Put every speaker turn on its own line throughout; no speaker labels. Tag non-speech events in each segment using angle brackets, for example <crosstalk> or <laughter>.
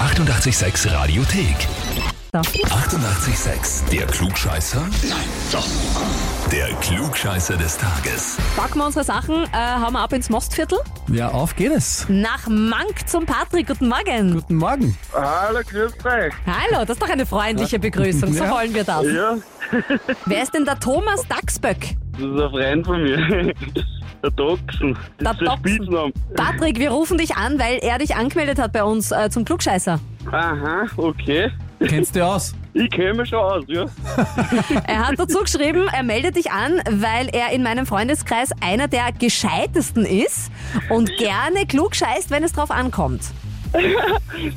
886 Radiothek.
So.
88,6. Der Klugscheißer? Nein, doch. Der Klugscheißer des Tages.
Packen wir unsere Sachen, äh, haben wir ab ins Mostviertel.
Ja, auf geht es.
Nach Mank zum Patrick. Guten Morgen.
Guten Morgen.
Hallo, grüß euch.
Hallo, das ist doch eine freundliche Begrüßung. So
Ja.
wollen wir das.
Ja,
Wer ist denn der Thomas Dachsböck?
das ist ein Freund von mir. <laughs> Der Doxen.
Der
Das ist der
Doxen.
Spitzname.
Patrick, wir rufen dich an, weil er dich angemeldet hat bei uns äh, zum Klugscheißer.
Aha, okay.
Kennst du aus?
Ich kenne mich schon aus, ja.
Er hat
<laughs>
dazu geschrieben, er meldet dich an, weil er in meinem Freundeskreis einer der gescheitesten ist und gerne klugscheißt, wenn es drauf ankommt.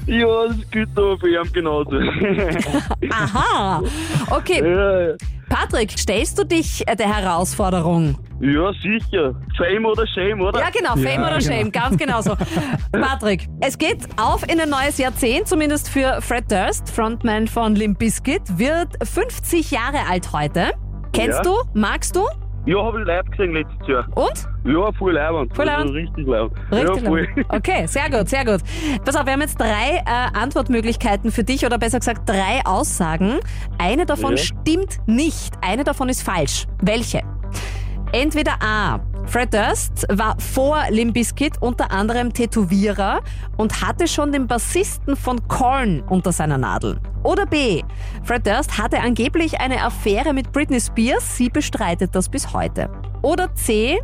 Ja, das gilt aber für ihn genauso. <laughs>
Aha.
Äh.
Okay,
ja,
Patrick, stellst du dich äh, der Herausforderung?
ja, sicher. Fame oder Shame, oder?
Ja, genau, Fame
Ja,
oder
genau.
Shame, ganz genau so. Patrick, es geht auf in ein neues Jahrzehnt, zumindest für Fred Durst, Frontman von Limp Bizkit, wird 50 Jahre alt heute. Kennst
Ja.
du? Magst du?
Ja, habe ich live gesehen letztes Jahr.
Und?
Ja, voll leibend.
Voll
Also
leibend?
Richtig leibend.
Richtig. genau.
ja, voll.
Okay, sehr gut, sehr gut. Pass auf, wir haben jetzt drei äh, Antwortmöglichkeiten für dich oder besser gesagt drei Aussagen. Eine davon
Ja.
stimmt nicht, eine davon ist falsch. Welche? Entweder A. Fred Durst war vor Limbiskit unter anderem Tätowierer und hatte schon den Bassisten von Korn unter seiner Nadel. Oder B. Fred Durst hatte angeblich eine Affäre mit Britney Spears, sie bestreitet das bis heute. Oder C.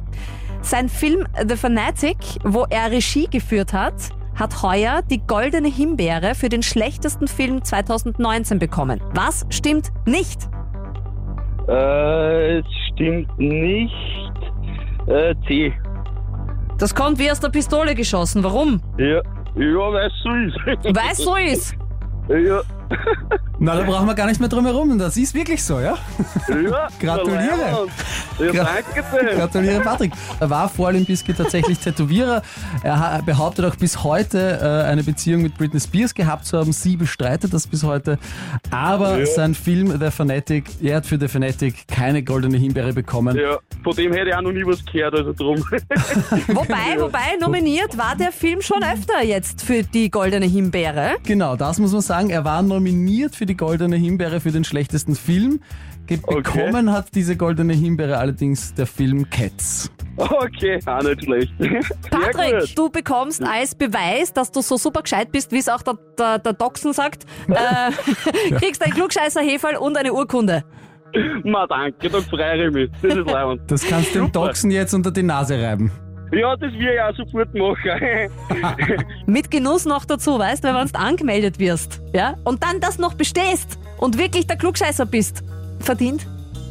Sein Film The Fanatic, wo er Regie geführt hat, hat heuer die goldene Himbeere für den schlechtesten Film 2019 bekommen. Was stimmt nicht?
<laughs> Äh, es stimmt nicht. Äh, C.
Das kommt wie aus der Pistole geschossen. Warum?
Ja. Ja, weil es so ist.
Weil so ist.
ja.
Na, da brauchen wir gar nicht mehr drum herum. Das ist wirklich so, ja? <laughs>
ja.
Gratuliere.
Ja,
Gra-
danke sehr.
Gratuliere, Patrick. Er war vor Limbiskit tatsächlich Tätowierer. Er ha- behauptet auch bis heute, äh, eine Beziehung mit Britney Spears gehabt zu haben. Sie bestreitet das bis heute. Aber
Ja.
sein Film The Fanatic, er hat für The Fanatic keine goldene Himbeere bekommen.
Ja, von dem hätte ich auch noch nie was gehört, also drum. <laughs>
Wobei, wobei, nominiert war der Film schon öfter jetzt für die goldene Himbeere.
Genau, das muss man sagen. Er war nominiert für die Goldene Himbeere für den schlechtesten Film. Ge
Okay.
Bekommen hat diese Goldene Himbeere allerdings der Film Cats.
Okay, auch nicht schlecht. <laughs> Sehr
Patrick,
gut.
du bekommst als Beweis, dass du so super gescheit bist, wie es auch der, der, der Doxen sagt, äh, <laughs>
<laughs>
kriegst ein klugscheißer Heferl und eine Urkunde.
Ma, danke, dann freue ich mich. Das ist leibend.
Das kannst du dem
Super.
Doxen jetzt unter die Nase reiben.
Ja, das wir ja sofort machen. <laughs>
Mit Genuss noch dazu, weißt, wenn du angemeldet wirst, ja? Und dann das noch bestehst und wirklich der Klugscheißer bist. Verdient?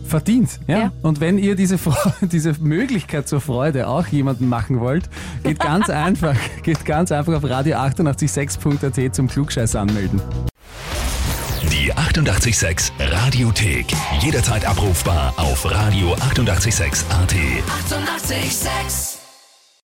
Verdient, ja?
Ja.
Und wenn ihr diese, Fre- <laughs> diese Möglichkeit zur Freude auch jemandem machen wollt, geht ganz einfach, geht ganz einfach auf radio886.at zum Klugscheiß anmelden.
Die 88,6 Radiothek. Jederzeit abrufbar auf radio886.at. 88,6.
Eighty-eight, sex.